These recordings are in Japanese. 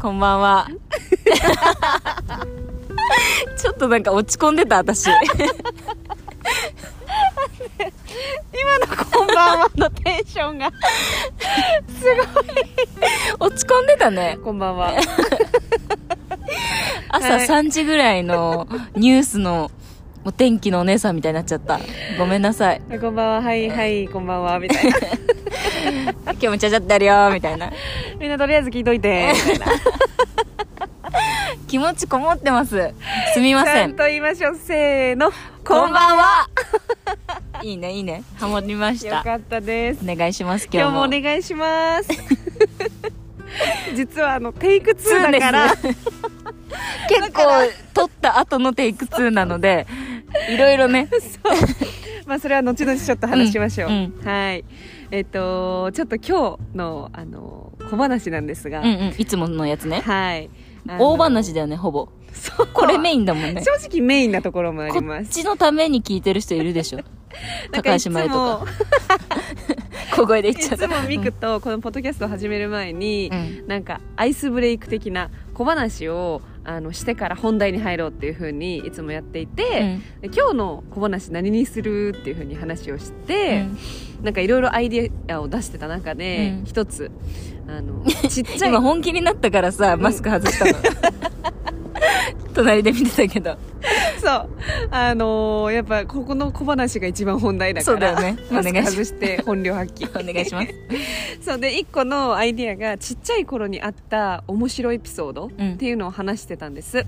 こんばんは ちょっとなんか落ち込んでた 私今のこんばんはのテンションがすごい落ち込んでたねこんばんは朝はい3時ぐらいのニュースのお天気のお姉さんみたいになっちゃったごめんなさいこんばんははいはいこんばんはみたいな今日もちゃちゃってやるよみたいなみんなとりあえず聞いといてみたいな気持ちこもってますすみまちせゃんんと言いましょうせーのこんばんはいいねいいねハモりましよたかったですお願いします今今日日ももお願いします 実はあのテイク2だからツーです結構撮った後のテイク2なのでいろいろ ねまあそれは後々ちょっと話しましょう、うんはいえっ、とちょっと今日のあの小話なんですが、うんうんいつものやつねはいあの大話だよねほぼそうこれメインだもんね正直メインなところもあこりまっすちのために聞いてる人いるで しょなんか高い橋つ真由とかも小声でい言っちゃっつたもミクとこのポッドキャストを始める前に、うんなんかアイスブレイク的な小話をあのしてから本題に入ろうっていうふうにいつもやっていて、で今日の小話何にするっていうふうに話をして、なんかいろいろアイディアを出してた中でうん一、つ あのちっちゃい今本気になったからさマスク外した の隣で見てたけどそうあのーやっぱここの小話が一番本題だからそうだよねマスおク願いし外して本領発揮お願いしますそうで一個のアイディアがちっちゃい頃にあった面白いエピソードっていうのを話してたんです、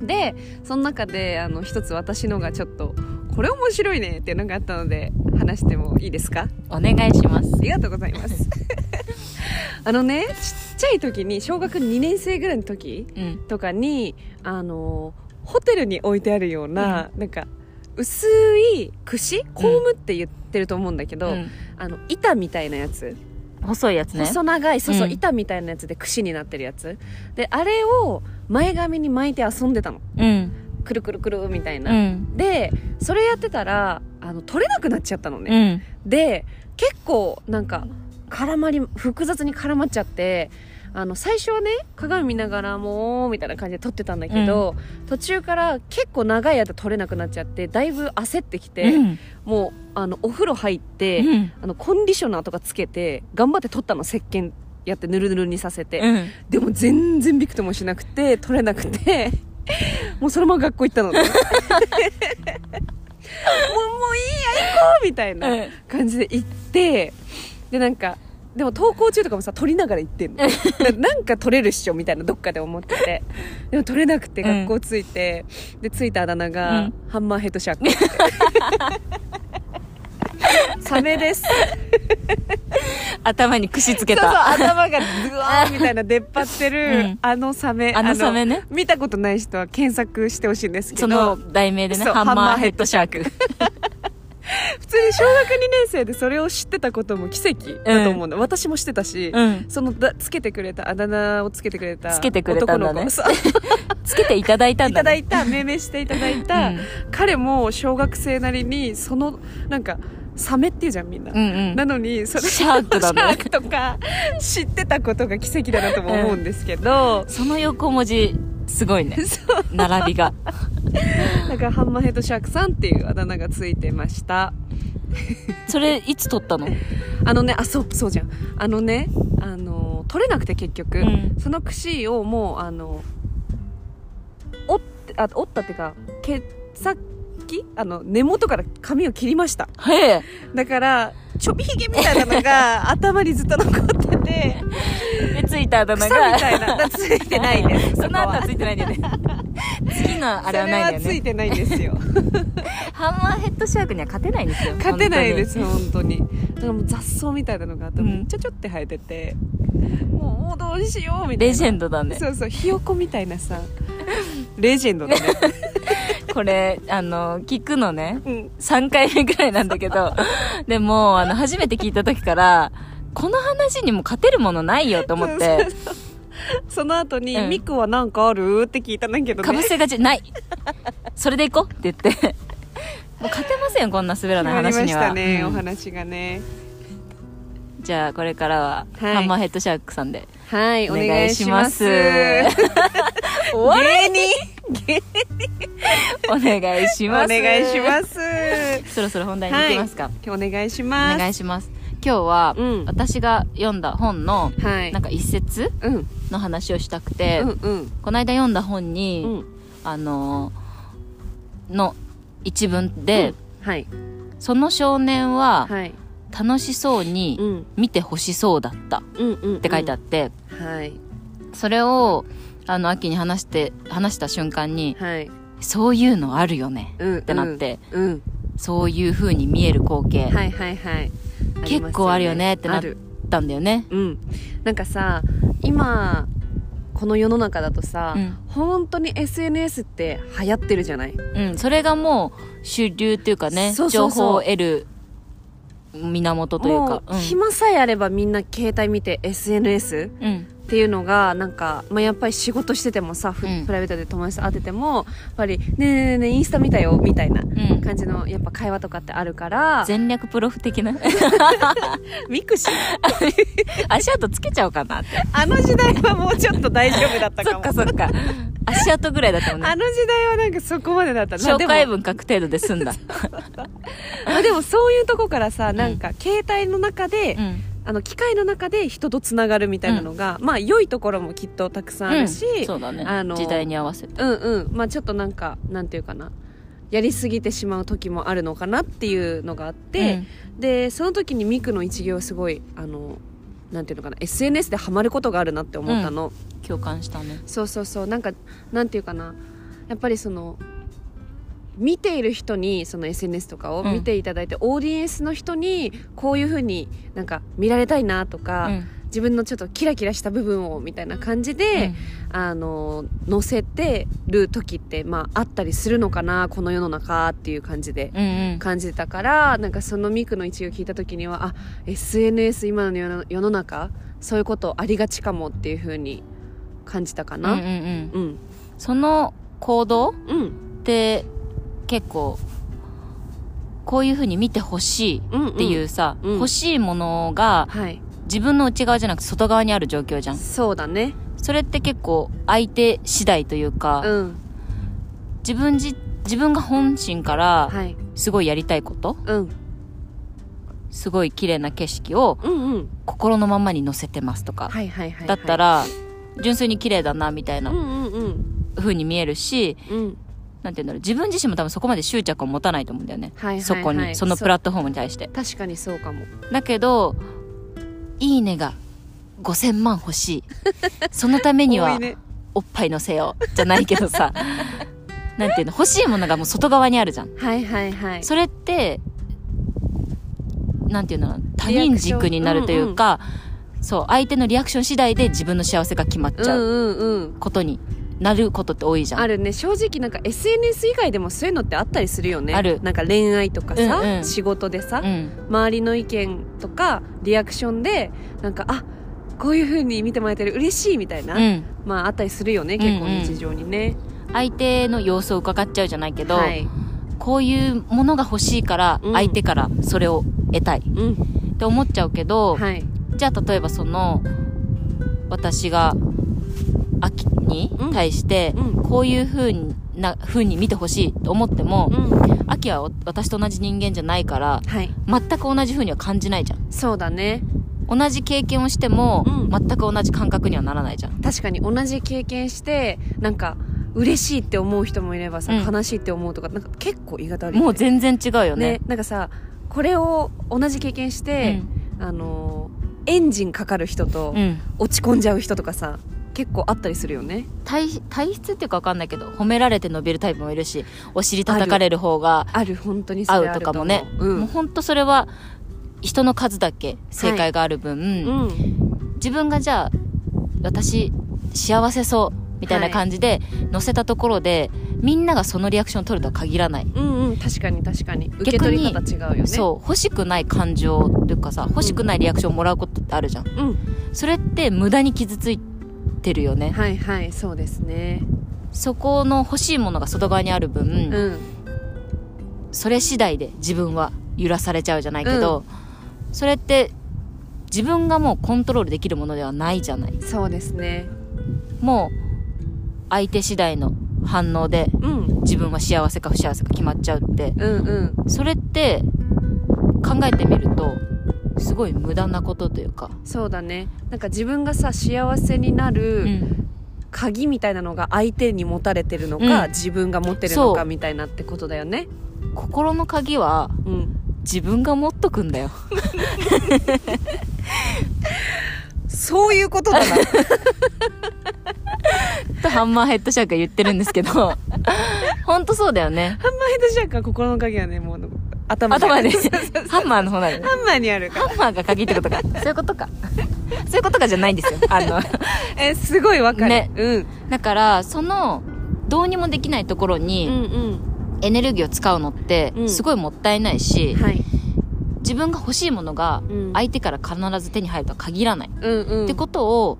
でその中であの一つ私のがちょっとこれ面白いねっていうのがあったので話してもいいですかお願いしますありがとうございます あのねちっちゃい時に小学2年生ぐらいの時うんとかにあのホテルに置いてあるような、なんか薄い串コームって言ってると思うんだけど、うんあの板みたいなやつ、細いやつね細長いそうそう、うん板みたいなやつで串になってるやつであれを前髪に巻いて遊んでたのうんくるくるくるみたいうな、んでそれやってたらあの取れなくなっちゃったのね、うんで結構なんか絡まり複雑に絡まっちゃってあの最初はね鏡見ながらもうみたいな感じで撮ってたんだけど、途中から結構長い間撮れなくなっちゃってだいぶ焦ってきて、うんもうあのお風呂入って、うんあのコンディショナーとかつけて頑張って撮ったの石鹸やってぬるぬるにさせて、うんでも全然びくともしなくて取れな くてもうそのまま学校行ったのもうもういいや行こうみたいな、感じで行ってでなんかでも登校中とかもさ撮りながら行ってんのななんか撮れるっしょみたいなどっかで思っててでも撮れなくてうん学校着いて、で着いたあだ名が、うんハンマーヘッドシャーク サメです頭に串つけそうそうた頭がズワーみたいな出っ張ってる、 うんあのサメあのサメねあの見たことない人は検索してほしいんですけそどの題名でねそうハンマーヘッドシャーク普通に小学2年生でそれを知ってたことも奇跡だと思うの、私もしてたし、うんそのだつけてくれたあだ名をつけてくれたつけてくれたんだね男の子そう つけていただいたんいただだねいた命名していただいた、うん彼も小学生なりにそのなんかサメっていうじゃんみんな、うんうなんのにそれシャークだね シャークとか知ってたことが奇跡だなとも思うんですけど、その横文字すごいねそう並びがなんかハンマーヘッドシャークさんっていうあだ名がついてましたそれいつ撮ったのあのねあそうそうじゃんあのねあの取れなくて結局、うんその櫛をもうあの折ってあ折ったっていうか毛先あの根元から髪を切りましたへえだからちょびひげみたいな のが頭にずっと残っててでついたあだ草名みがたいなのがついてないで すその後はそついてないんだよね次のあこれはそれないはんだつよいねてないんですよハンマーヘッドシャークには勝てないんですよ勝てないです本当にだからもう雑草みたいなのが頭うにんちょちょって生えてて、もうもうどうしようみたいなレジェンドだねそうそうひよこみたいなさレジェンドだね、これあの聞くのねうん、 3回目ぐらいなんだけどでもあの初めて聞いた時からこの話にも勝てるものないよと思ってその後に、うんミクは何かあるって聞いたんだけどかぶね。せがちないそれでいこうって言って もう勝てませんよこんな滑ら決ないまりま話しにはたね、うんお話がね。じゃあこれからは、はいハンマーヘッドシャークさんではい、おお願願いいししまますす。 終わり芸人お願いし おます願いしすます。そろそろ本題に行きますか、今日お願いしまおす。願いします今日は、うん私が読んだ本のはいなん。か一節うん。の話をしたくて、うんうん。この間読んだ本に、うん。あのの一文で、はい。その少年ははい。楽しそうにん。見てほしそうだった」っうんうん。って書いてあっって、た。はい。それをあの秋に話して話した瞬間にはい。 「そういうのあるよね」うん。ってなっ。て、うん。そういう風に見える光景だはいはいはい。結構あるよねってなある。ったんだよね。うん。なんかさ、今、この世の中だとさ、うん本当に SNS って流行ってるじゃないうん、それがもう主流っていうかねそうそうそう情報を得る源というかもう、暇さえあればみんな携帯見て SNS うんうんっていうのがなんか、まあ、やっぱり仕事しててもさ、ふうんプライベートで友達と会っててもやっぱり「ねえねえねえねえインスタ見たよ」みたいなうん、感じのやっぱ会話とかってあるから全略プロフ的 なミクシー足跡つけちゃおうかなってあの時代はもうちょっと大丈夫だったそかっもかそっか足跡ぐらいだったもんあねの時代はなんかそこまでだったな紹介でも文書く程度で済んだまあでもそういうとこからさなんか携帯の中で、うんあの機械の中で人とつながるみたいなのが、まあ良いところもきっとたくさんあるし、うんそうだね、あの時代に合わせてうんうんまあちょっとなんかなんていうかなやりすぎてしまう時もあるのかなっていうのがあって、でその時にミクの一行すごいあのなんていうのかな SNS でハマることがあるなって思ったの、うん共感したねそうそうそうなんかなんていうかなやっぱりその見ている人にその SNS とかをうん見ていただいて、オーディエンスの人にこういうふうになんか見られたいなとか、うん自分のちょっとキラキラした部分をみたいな感じで、あの載せてる時って、まあ、あったりするのかなこの世の中っていう感じでうんうん感じてたからなんかそのミクの一応聞いた時にはあ SNS 今の世の世の中そういうことありがちかもっていうふうに感じたかうんうんうな。んうん、その行動っうん、て結構こういうふうに見てほしいうん、っていううさ、うん欲しいものがん。はい、自分の内側じゃなくて外側にある状況じゃんそうだね。それって結構相手次第というか、うん、自分じ自分が本心からはい、すごいやりたいことうん、すごい綺麗な景色をうん、うん、心のままに乗せてますとか、はい、はい、はい。だった、ら純粋に綺麗だなみたいうん、なうん、うん、風に見えるし、うん、なんて言うんだろう自分自身も多分そこまで執着を持たないと思うんだよね、はい、はい。そこはにいそのプラットフォームに対してそう確かにそうかも。だけど「いいね」が5000万欲し いそのために多はいねおっぱいのせようじゃないけど さなんていうの欲しいものがもう外側にあるじゃんはい、はい、はい。それってなんていうの他人軸になるというか、そう相手のリアクション次第で自分の幸せが決まっちゃう、うんうん、うん。ことになることって多いじゃん、あるね正直なんか SNS 以外でもそういうのってあったりするよねあるなんか恋愛とかさ、うんうん仕事でさ、うん周りの意見とかリアクションでなんかあこういう風に見てもらえてる嬉しいみたいな、うん、まああったりするよね結構日常にね、相手の様子を伺っちゃうじゃないけど、はい、こういうものが欲しいからうん相手からそれを得たいうんって思っちゃうけど、はいじゃあ例えばその私が秋に対してうんうんこういう風にな風に見てほしいと思ってもうん秋はお私と同じ人間じゃないからはい全く同じ風には感じないじゃんそうだね同じ経験をしてもうん全く同じ感覚にはならないじゃん確かに同じ経験してなんか嬉しいって思う人もいればさ、うん悲しいって思うとかなんか結構言い方あるよねもう全然違うよねねなんかさこれを同じ経験して、あのエンジンかかる人とうん、うん、落ち込んじゃう人とかさ結構あったりするよね体体質っていうか分かんないけど褒められて伸びるタイプもいるしお尻叩かれる方がある本当にそ合れうあとるかもね思ううもうんほんとそれは人の数だけ正解がある分、うん自分がじゃあ私幸せそうみたいな感じで載せたところで、みんながそのリアクションを取るとは限らない、うんうん確かに確かに受け取り方違うよねそう欲しくない感情というかさ欲しくないリアクションをもらうことってあるじゃん、うんそれって無駄に傷ついてるよね、はいはいそうですねそこの欲しいものが外側にある分、うんそれ次第で自分は揺らされちゃうじゃないけど、それって自分がもうコントロールできるものではないじゃないそうですねもう相手次第の反応でうん自分は幸せか不幸せか決まっちゃうってうんうんそれって考えてみるとすごい無駄なことというか、そうだねなんか自分がさ幸せになうるん、鍵みたいなのが相手に持たれてるのか、うん自分が持ってるのそかうみたいなってことだよね心の鍵はうん自分が持っとくんだよそういうこと だなとハンマーヘッドシャークが言ってるんですけ ど本当そうだよね私なんか心の鍵はねもう頭に頭でそうそうそうハンマーの方なのねハンマーにあるからハンマーが鍵ってことか そういうことかそういうことかじゃないんです よあのえすごいわかる、ねうん、だからそのどうにもできないところうにんエネルギーを使うのってうんすごいもったいないし、はい自分が欲しいものがうん相手から必ず手に入るとは限らない、うんうんってことを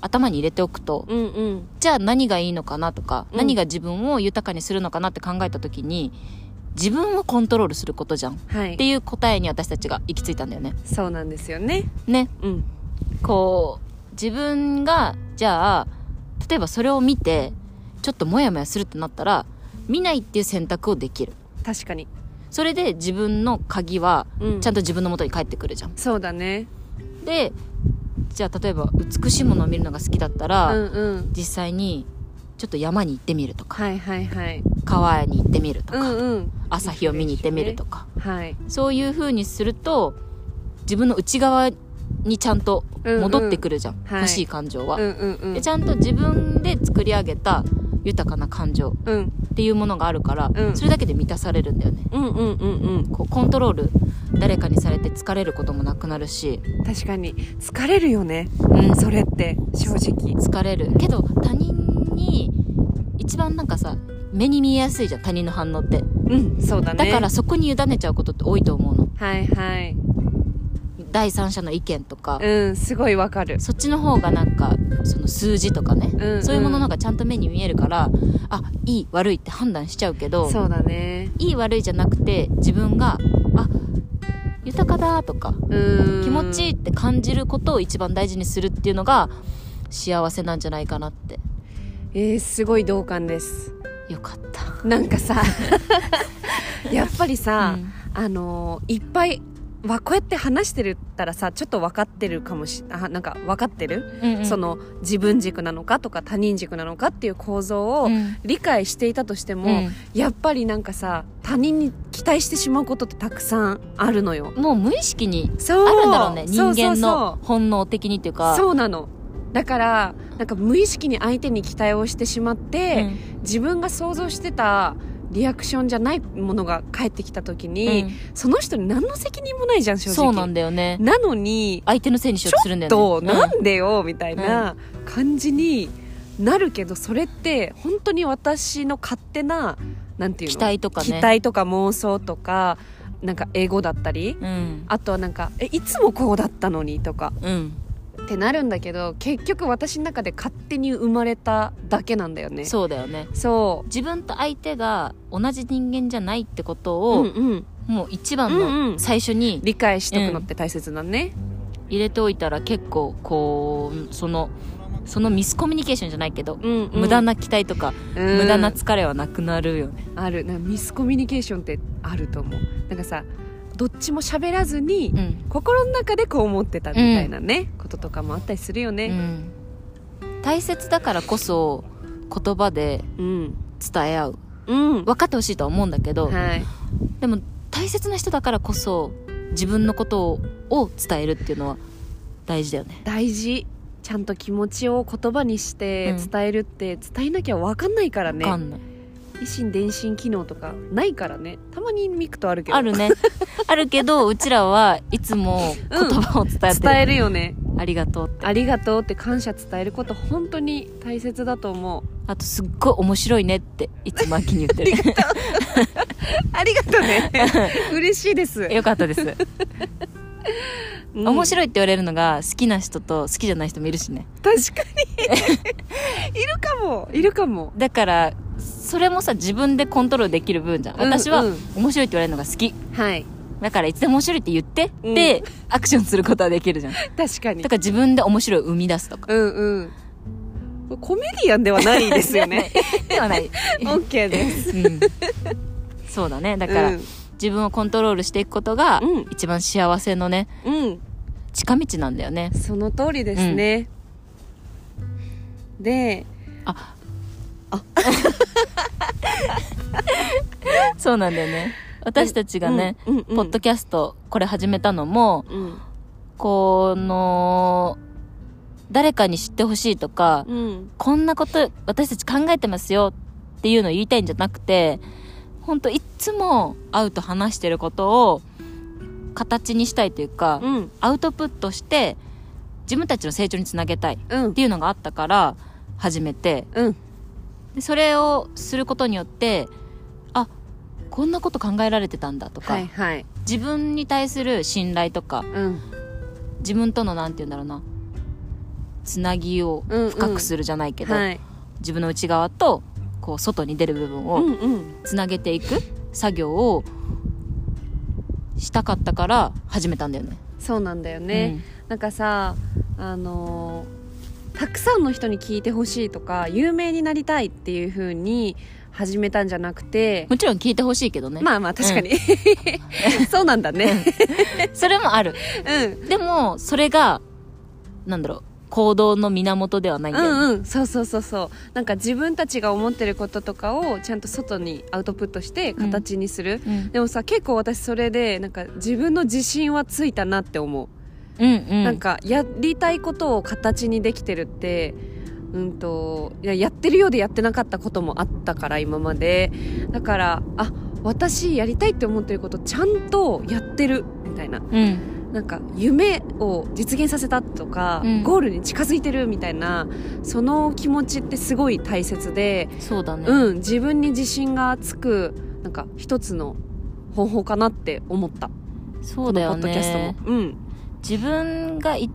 頭に入れておくと、うんうんじゃあ何がいいのかなとか、うん何が自分を豊かにするのかなって考えた時に自分をコントロールすることじゃんっはいていう答えに私たちが行き着いたんだよね。そうなんですよねねうんこう自分がじゃあ例えばそれを見てちょっとモヤモヤするってなったら見ないっていう選択をできる確かに、それで自分の鍵はうん、ちゃんと自分の元に返ってくるじゃんそうだねでじゃあ例えば美しいものを見るのが好きだったうんら、うん実際にちょっと山に行ってみるとかはいはいはい川に行ってみるとうか、んうん朝日を見に行ってみるとか、はいそういう風にすると自分の内側にちゃんと戻ってくるじゃん、はい欲しい感情は、うんうんうんでちゃんと自分で作り上げた豊かな感情うんっていうものがあるから、うんそれだけで満たされるんだよねうんうんうんこうコントロール誰かにされて疲れることもなくなるし、うん確かに疲れるよねうんそれって正直疲れるけど他人に一番なんかさ目に見えやすいじゃん他人の反応ってうんそうだねだからそこに委ねちゃうことって多いと思うのはいはい第三者の意見とか、うんすごいわかるそっちの方がなんかその数字とかね、うんそういうものの方んがちゃんと目に見えるからあいい悪いって判断しちゃうけどそうだねいい悪いじゃなくて自分があ豊かだとかうん気持ちいいって感じることを一番大事にするっていうのが幸せなんじゃないかなってえー、すごい同感ですよかった、なん かさやっぱりさ、うんあのーいっぱいわこうやって話してるったらさちょっと分かってるかもしあなんか分かってる、うんうんその自分軸なのかとか他人軸なのかっていう構造をうん理解していたとしても、やっぱりなんかさ他人に期待してしまうことってたくさんあるのようんもう無意識にそうあるんだろうね人間そうの本能的にっていうそうそうかそうなのだからなんか無意識に相手に期待をしてしまって、うん自分が想像してたリアクションじゃないものが返ってきた時に、うんその人に何の責任もないじゃん正直そうなんだよねなのに相手のせいにしようとするんだちょよっとねなんでよみたいな感じになるけどそれって本当に私の勝手ななんていうの期待とかね期待とか妄想とかなんか英語だったりうんうんあとはなんかえいつもこうだったのにとかうんってなるんだけど結局私の中で勝手に生まれただけなんだよねうそうだよねそう自分と相手が同じ人間じゃないってことうを、んうん、もう一番うんうんの最初に理解しとくのって大切だね、入れておいたら結構こうそのそのミスコミュニケーションじゃないけど、うんうん無駄、な期待とか、うん無駄な疲れはなくなるよねあるなんかミスコミュニケーションってあると思うなんかさどっちも喋らずにうん、心の中でこう思ってたみたいなね、こととかもあったりするようねん、大切だからこそ言葉でうん伝え合ううん、分かってほしいとは思うんだけど、はいでも大切な人だからこそ自分のことをを伝えるっていうのは大事だよね大事ちゃんと気持ちを言葉にしてうん伝えるって伝えなきゃ分かんないから分かねんない、一心伝心機能とかないからねたまにミクとあるけどあるねあるけどうちらはいつも言葉を伝えてる、伝えるよねありがとうってありがとうって感謝伝えること本当に大切だと思う あとすっごい面白いねっていつも秋に言 ってるありがとうね 嬉しいです、よかったです。うん面白いって言われるのが好きな人と好きじゃない人もいるしね。確か にいるかもいるかもだから、それもさ、自分でコントロールできる分じゃん。うん私はうん、面白いって言われるのが好き。はいだからいつでも面白いって言ってって、アクションすることはできるじゃん。だ確かにから自分で面白いを生み出すとか。うんうんコメディアンではないで すよねでは ない。 OK ですうん、そうだね。だから、うん自分をコントロールしていくことが、うん一番幸せのね、うん近道なんだよね。その通りですね、であ、あ そうなんだよね。私たちがね、うんうんうんポッドキャスト、これ始めたのも、うんこの、誰かに知ってほしいとか、うんこんなこと私たち考えてますよっていうのを言いたいんじゃなくて、ほんといつも会うと話してることを形にしたいというか、うんアウトプットして自分たちの成長につなげたいっうんていうのがあったから始めて、うんでそれをすることによって、あ、こんなこと考えられてたんだとか、はいはい自分に対する信頼とか、うん自分とのなんて言うんだろうなつなぎを深くするじゃないけど、はい自分の内側とこう外に出る部分うをんうんつなげていく作業をしたかったから始めたんだよね。そうなんだよね、なんかさあのーたくさんの人に聞いてほしいとか有名になりたいっていう風に始めたんじゃなくてうん、もちろん聞いてほしいけどね、まあまあ確かに、 そうなんだねそれもあるうんでもそれがなんだろう行動の源ではないんうだよね、んうんそうそうそうそうなんか自分たちが思ってることとかをちゃんと外にアウトプットして形にする、うんでもさ結構私それでなんか自分の自信はついたなって思うう、んうんなんかやりたいことを形にできてるってうんといややってるようでやってなかったこともあったから今までだからあ私やりたいって思ってることちゃんとやってるみたいうなんなんか夢を実現させたとか、うんゴールに近づいてるみたいなその気持ちってすごい大切で、そうだね、うん自分に自信がつくなんか一つの方法かなって思ったそうだよこのポッドキャストもねうん自分がい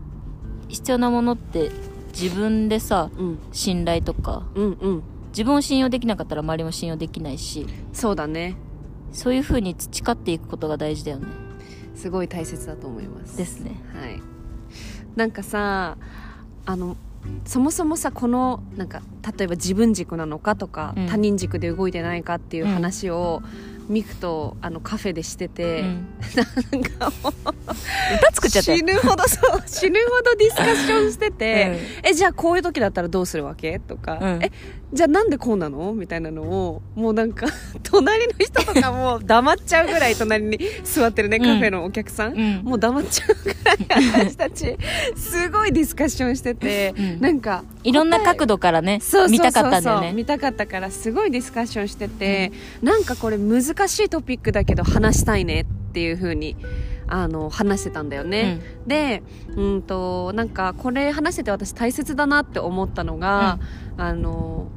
必要なものって自分でさ、うん信頼とかうんうん自分を信用できなかったら周りも信用できないしそうだねそういうふうに培っていくことが大事だよねすごい大切だと思いますですねはいなんかさあのそもそもさこのなんか例えば自分軸なのかとか、うん他人軸で動いてないかっていう話を、ミクとあのカフェでしてて、うんなんかもう歌作っちゃったよ死ぬほどそう 死ぬほどディスカッションしてて、えじゃあこういう時だったらどうするわけとか、うんえじゃあなんでこうなのみたいなのをもうなんか隣の人とかも黙っちゃうぐらい隣に座ってるね、うんカフェのお客さん、うんもう黙っちゃうぐらい私たちすごいディスカッションしてて、うんなんかいろんな角度からねそうそうそうそう見たかったんだよね見たかったからすごいディスカッションしてて、なんかこれ難しいトピックだけど話したいねっていう風にあの話してたんだよね、でうんとなんかこれ話してて私大切だなって思ったのが、あの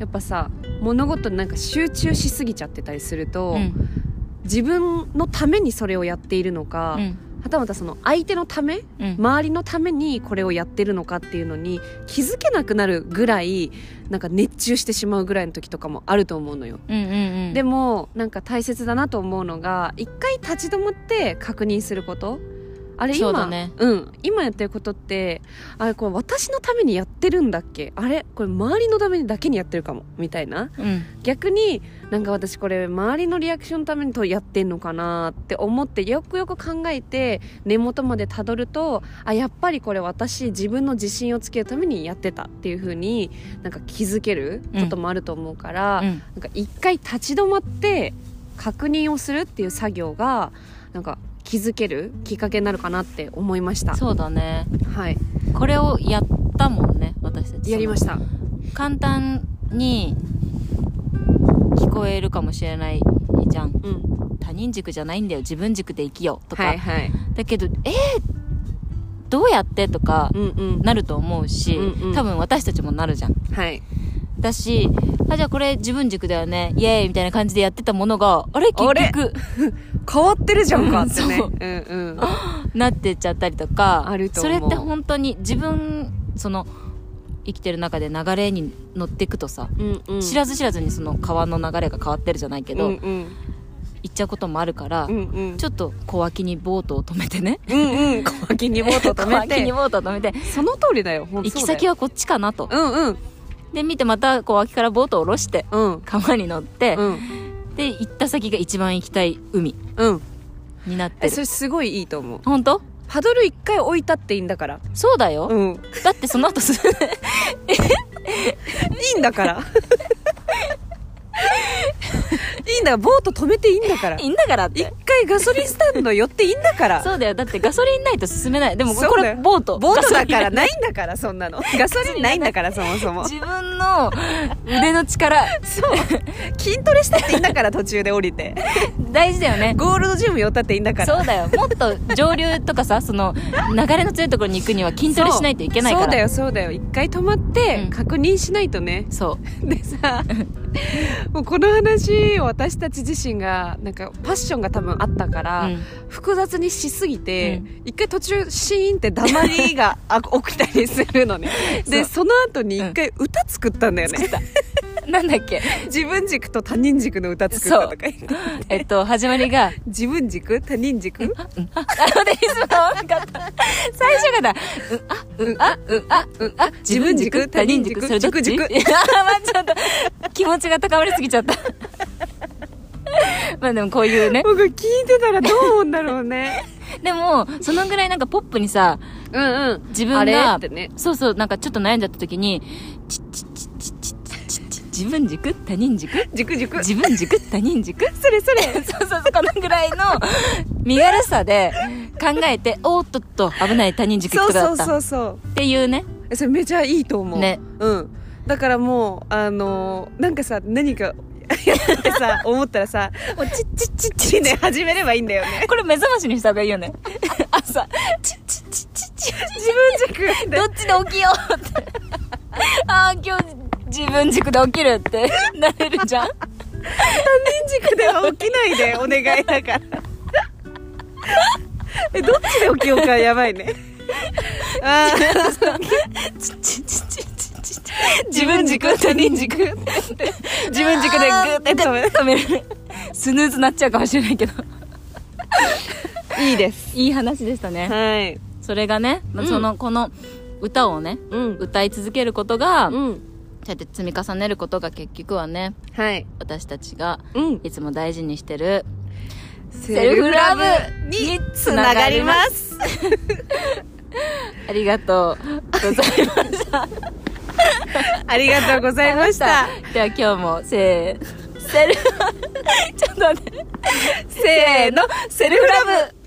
やっぱさ物事になんか集中しすぎちゃってたりすると、うんうん自分のためにそれをやっているのか、うんはたまたその相手のためうん周りのためにこれをやってるのかっていうのに気づけなくなるぐらいなんか熱中してしまうぐらいの時とかもあると思うのよ、うんうんうんでもなんか大切だなと思うのが一回立ち止まって確認することあれそう今だねうん、今やってることってあれこれ私のためにやってるんだっけあれこれ周りのためにだけにやってるかもみたいなうん逆になんか私これ周りのリアクションのためにとやってんのかなって思ってよくよく考えて根元までたどるとあやっぱりこれ私自分の自信をつけるためにやってたっていうふうになんか気づけることもあると思うから、うんなんか一回立ち止まって確認をするっていう作業がなんか気づけるきっかけになるかなって思いました。そうだねはい、これをやったもんね私たちやりました。た簡単に聞こえるかもしれないじゃんうん、他人軸じゃないんだよ自分軸で生きようとか、はいはい。だけどえー、どうやってとかうんうん。なると思うし、うんうん多分私たちもなるじゃんはい。だしあじゃあこれ自分軸だよねイエーイみたいな感じでやってたものがあれ結あれ局変わってるじゃんかって ね。そううんうん。なってっちゃったりとかあるとそ思れうって本当に自分その生きてる中で流れに乗っていくとさ、 うんうん、知らず知らずにその川の流れが変わってるじゃないけど、うんうん行っちゃうこともあるから、うんうんちょっと小脇にボートを止めてねうんうん 小脇にボートを止め小脇にてボートを止めてその通りだよほんと行きそうだよ先はこっちかなとうんうんで見てまたこう脇からボートを下ろしてうん川に乗って、うんで行った先が一番行きたい海うんになってえるそれすごいいいと思う本当パドル一回置いたっていいんだからそうだよ、うんいだってその後すいんだからいいんだボート止めていいんだからいいんだからっ一て回ガソリンスタンド寄っていいんだからそうだよだってガソリンないと進めないでもそうだよこれボートボートだからガないんだからそんなのガソリンないんだからそもそもソリンない自分の腕の力そう筋トレしたっていいんだから途中で降りて大事だよねゴールドジム寄ったっていいんだからそうだよもっと上流とかさその流れの強いところに行くには筋トレしないといけないからそうだよそうだよ一回止まってうん確認しないとね、 そうで さもうこの話を私たち自身がなんかパッションが多分あったから、うん複雑にしすぎて、う一回途中シーンって黙りがあ起きたりす るのねでその後に一回歌作ったんだよね、なんだっけ自分軸と他人軸の歌作ったとか言ってえっと始まりが 自分軸他人あ軸のね、リズムが合わなかった。最初がだ、う、あ、う、あ、う、あ、う、あ、自分軸他人軸それどっち軸軸いやー、 まあちょっと、気持ちが高まりすぎちゃった。 まあでもこういうね。僕聞いてたらどう思うんだろうねでも、そのぐらいなんかポップにさ、うんうん自分があれってねそうそう、なんかちょっと悩んじゃった時に、ち、ち、ち、ち、ち、ち、ち、自分軸他人軸軸軸自分軸他人軸それそれそうそうそう、このぐらいの身軽さで考えて、おーっとっと危ない他人軸そとうかだそっうた。そっうそうていうね。えそれめちゃいいと思うねうんだからもうあのーなんかさ何か やってさ思ったらさもうチッチッチッチッね始めればいいんだよねこれ目覚ましにした方がいいよね。朝、チッチッチッチッチッ自分軸でどっちで起きようって。ああ、今日自分軸で起きるってなれるじゃん。他人軸では起きないでお願いだからえどっちで起きようかやばいねあーチッチッチッチッチッチッチッ自分軸、他人軸。自分軸でグーって止める止める。スヌーズなっちゃうかもしれないけど。いいですいい話でしたね。はいそれがね、まあうんその、この歌をね、うん歌い続けることが、そううんやって積み重ねることが結局はね、はい私たちがうんいつも大事にしてるセルフラブにつながりますありがとうございました。ありがとうございましたでは今日もせー、セル、ちょっと待って。せーのセルフラブ